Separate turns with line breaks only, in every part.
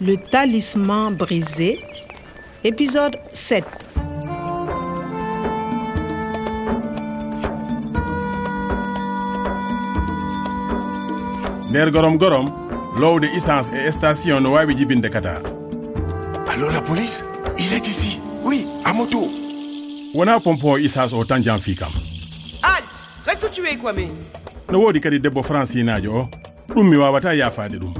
Le talisman brisé, épisode 7.
nder gorom gorom lowde essence e station no wawi jibinde kata
Allô la police Il est ici Oui, à moto
wona pompo essence o tan jan fi kam
Halte Reste où tu es, Kwame.
no wodi kadi debbo francinajo o ɗum mi wawata yafade ɗum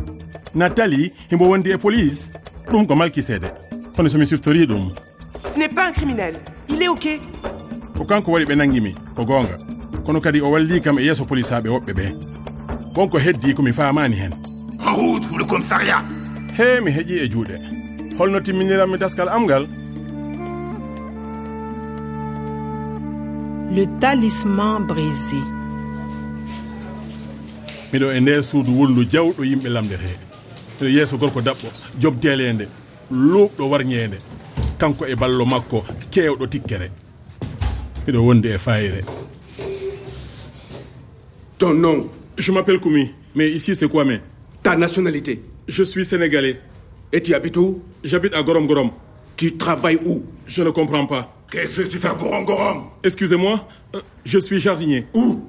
natali himbo wondi e police ɗum ko malkisede kono somi siftori ɗum
Ce n'est pas un criminel. Il est OK.
ko kanko waɗi ɓe nangimi ko gonga kono kadi o walli kam e yeeso police aɓe woɓɓe ɓe wonko heddi komi famani hen
En route pour le commissariat
he mi heeƴi e juuɗe holno timminiranmi taskal am ngal
Le talisman brisé.
miɗo e nder suudu wullu jawɗo yimɓe lamdete miɗo yeeso gorko daɓɓo jobtelende luuɓɗo warñede kanko e ballo makko kewɗo tikkere miɗo wondi e fayire
Ton nom,
je m'appelle koumi mais ici c'est quoi mais
ta nationalité,
je suis sénégalais
et tu habites où
j'habite à gorom gorom
Tu travailles où
je ne comprends pas
Qu'est-ce que tu fais à Gorongorom
excusez-moi euh, je suis jardinier
Où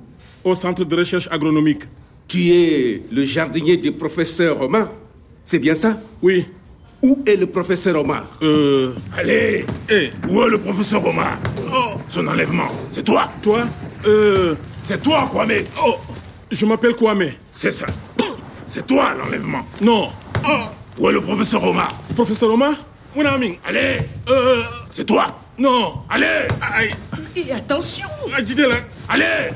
au centre de recherche agronomique
Tu es le jardinier du professeur Omar C'est bien ça
oui
Où est le professeur Omar
euh,
Allez
Eh.
Où est le professeur Omar Oh Son enlèvement C'est toi
toi euh,
C'est toi, Kwame
oh je m'appelle Kwame
C'est ça C'est toi, l'enlèvement
non
Oh Où est le professeur Omar
professeur Omar wonamin
Allez
euh,
C'est toi
non
Allez
aïe
Et attention
Ah, Jidela.
Allez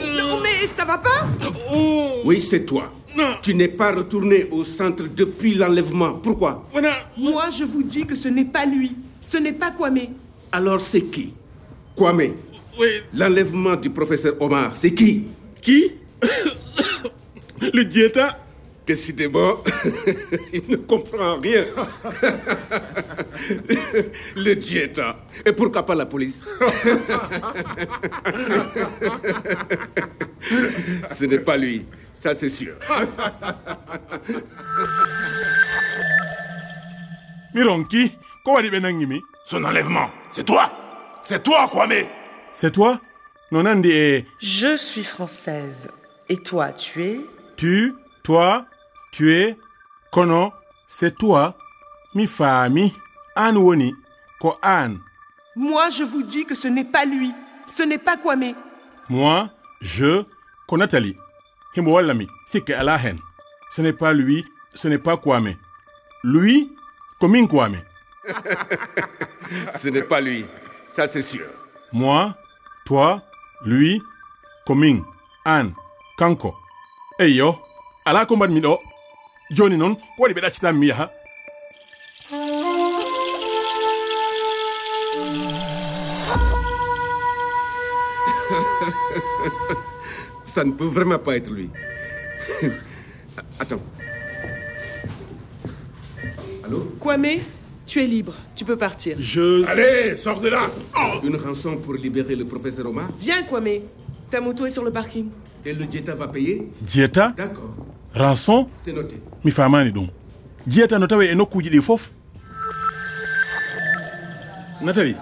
Non, mais ça va pas
Oh,
Oui, c'est toi.
Non.
Tu n'es pas retourné au centre depuis l'enlèvement. Pourquoi
on a...
Moi, je vous dis que ce n'est pas lui. Ce n'est pas Kwame.
Alors c'est qui Kwame,
Oui,
l'enlèvement du professeur Omar, c'est qui
qui Le dieta
Décidément, il ne comprend rien. Le diéta. Et pourquoi pas la police Ce n'est pas lui, ça c'est sûr.
mi ronki ko waɗi ɓe nangimi
Son enlèvement C'est toi C'est toi, Kwame
c'est toi no nandi e
Je suis française. Et toi, tu es
tu toi tu es kono c'est toi mi faami an woni ko an
Moi, je vous dis que ce n'est pas lui. Ce n'est pas Kwame.
moi je ko natali himo wallami sikke ala hen ce n'est pas lui ce n'est pas kwame lui ko min kwame
Ce n'est pas lui, ça c'est sûr.
moi toi lui komin an kanko eyyo ala ko mbaɗmi ɗo joni noon ko waɗi ɓe ɗaccitami mi yaha
Ça ne peut vraiment pas être lui. Attends. Allô
Kwame, tu es libre. Tu peux partir.
je
Allez, sors de là Oh
Une rançon pour libérer le professeur Omar
Viens, Kwame. Ta moto est sur le parking.
et le diéta va payer
dieta
D'accord,
rançon
c'est noté.
mi famani ɗum dieta no tawe e nokkuji ɗi fof natali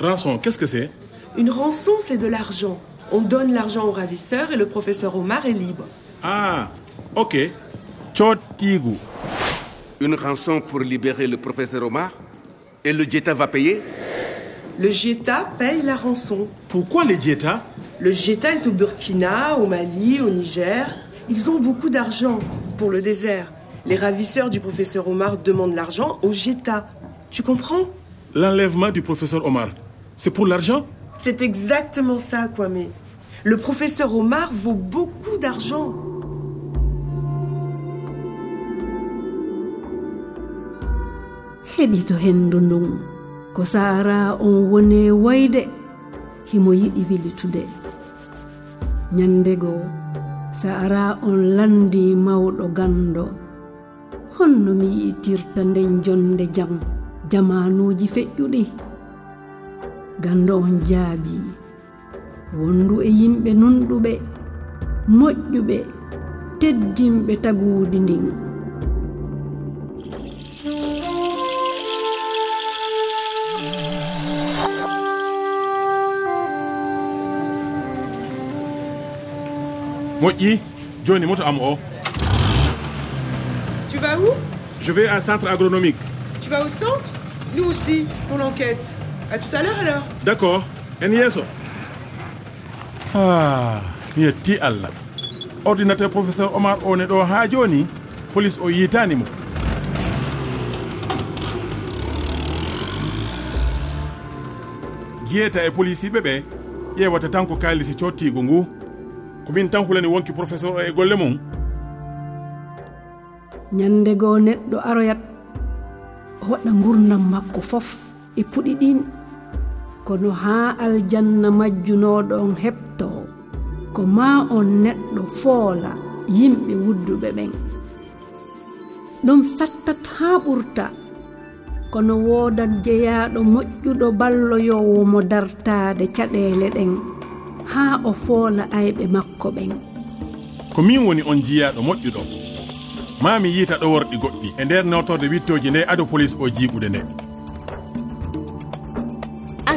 rançon qu'est ce que c'est
Une rançon, c'est de l'argent. On donne l'argent au ravisseur et le professeur Omar est libre.
ah ok cottigu
Une rançon pour libérer le professeur Omar et le diéta va payer
Le Geta paye la rançon.
pourquoi les dieta
Le Geta est au Burkina, au Mali, au Niger. Ils ont beaucoup d'argent pour le désert. Les ravisseurs du professeur Omar demandent l'argent au Geta. Tu comprends
l'enlèvement du professeur omar c'est pour l'argent
C'est exactement ça, Kwame. Le professeur Omar vaut beaucoup d'argent.
heɗito hendu ndun ko saara on woni woyde himo yiɗi wilitude nyandego saara on landi mawɗo gando honno mi yi'itirta nden jonde jam jamanuji feƴƴuɗi gando on jaabi wondu e yimɓe nunɗuɓe moƴƴuɓe teddinɓe taguudi ndin
moƴƴi joni moto am o
Tu vas où
je vais à centre agronomique
Tu vas au centre Nous aussi, pour l'enquête. À tout à l'heure alors.
d' accord en yeeso ah mi yetti allah ordinateur professeur omar o ne ɗo ha joni police o yitanimo jeyata e policiɓe ɓe ƴewata tan ko kalisi cottigo ngu ko min tan hulani wonki professeur o e golle mum
ñande goo neɗɗo aroyat o waɗa gurdam makko fof e puɗi ɗin kono haa aljanna majjunoɗon heɓto ko ma on neɗɗo foola yimɓe wudduɓe ɓen ɗum sattat haa ɓurta kono woodat jeyaaɗo moƴƴuɗo balloyowo mo dartaade caɗeele ɗen haa o foola ayɓe makko ɓen
ko min woni on jiyaɗo moƴƴuɗo mami yiita ɗo worɗi goɗɗi e nder notorde wittoji nde ado police o jiiɓude nde
À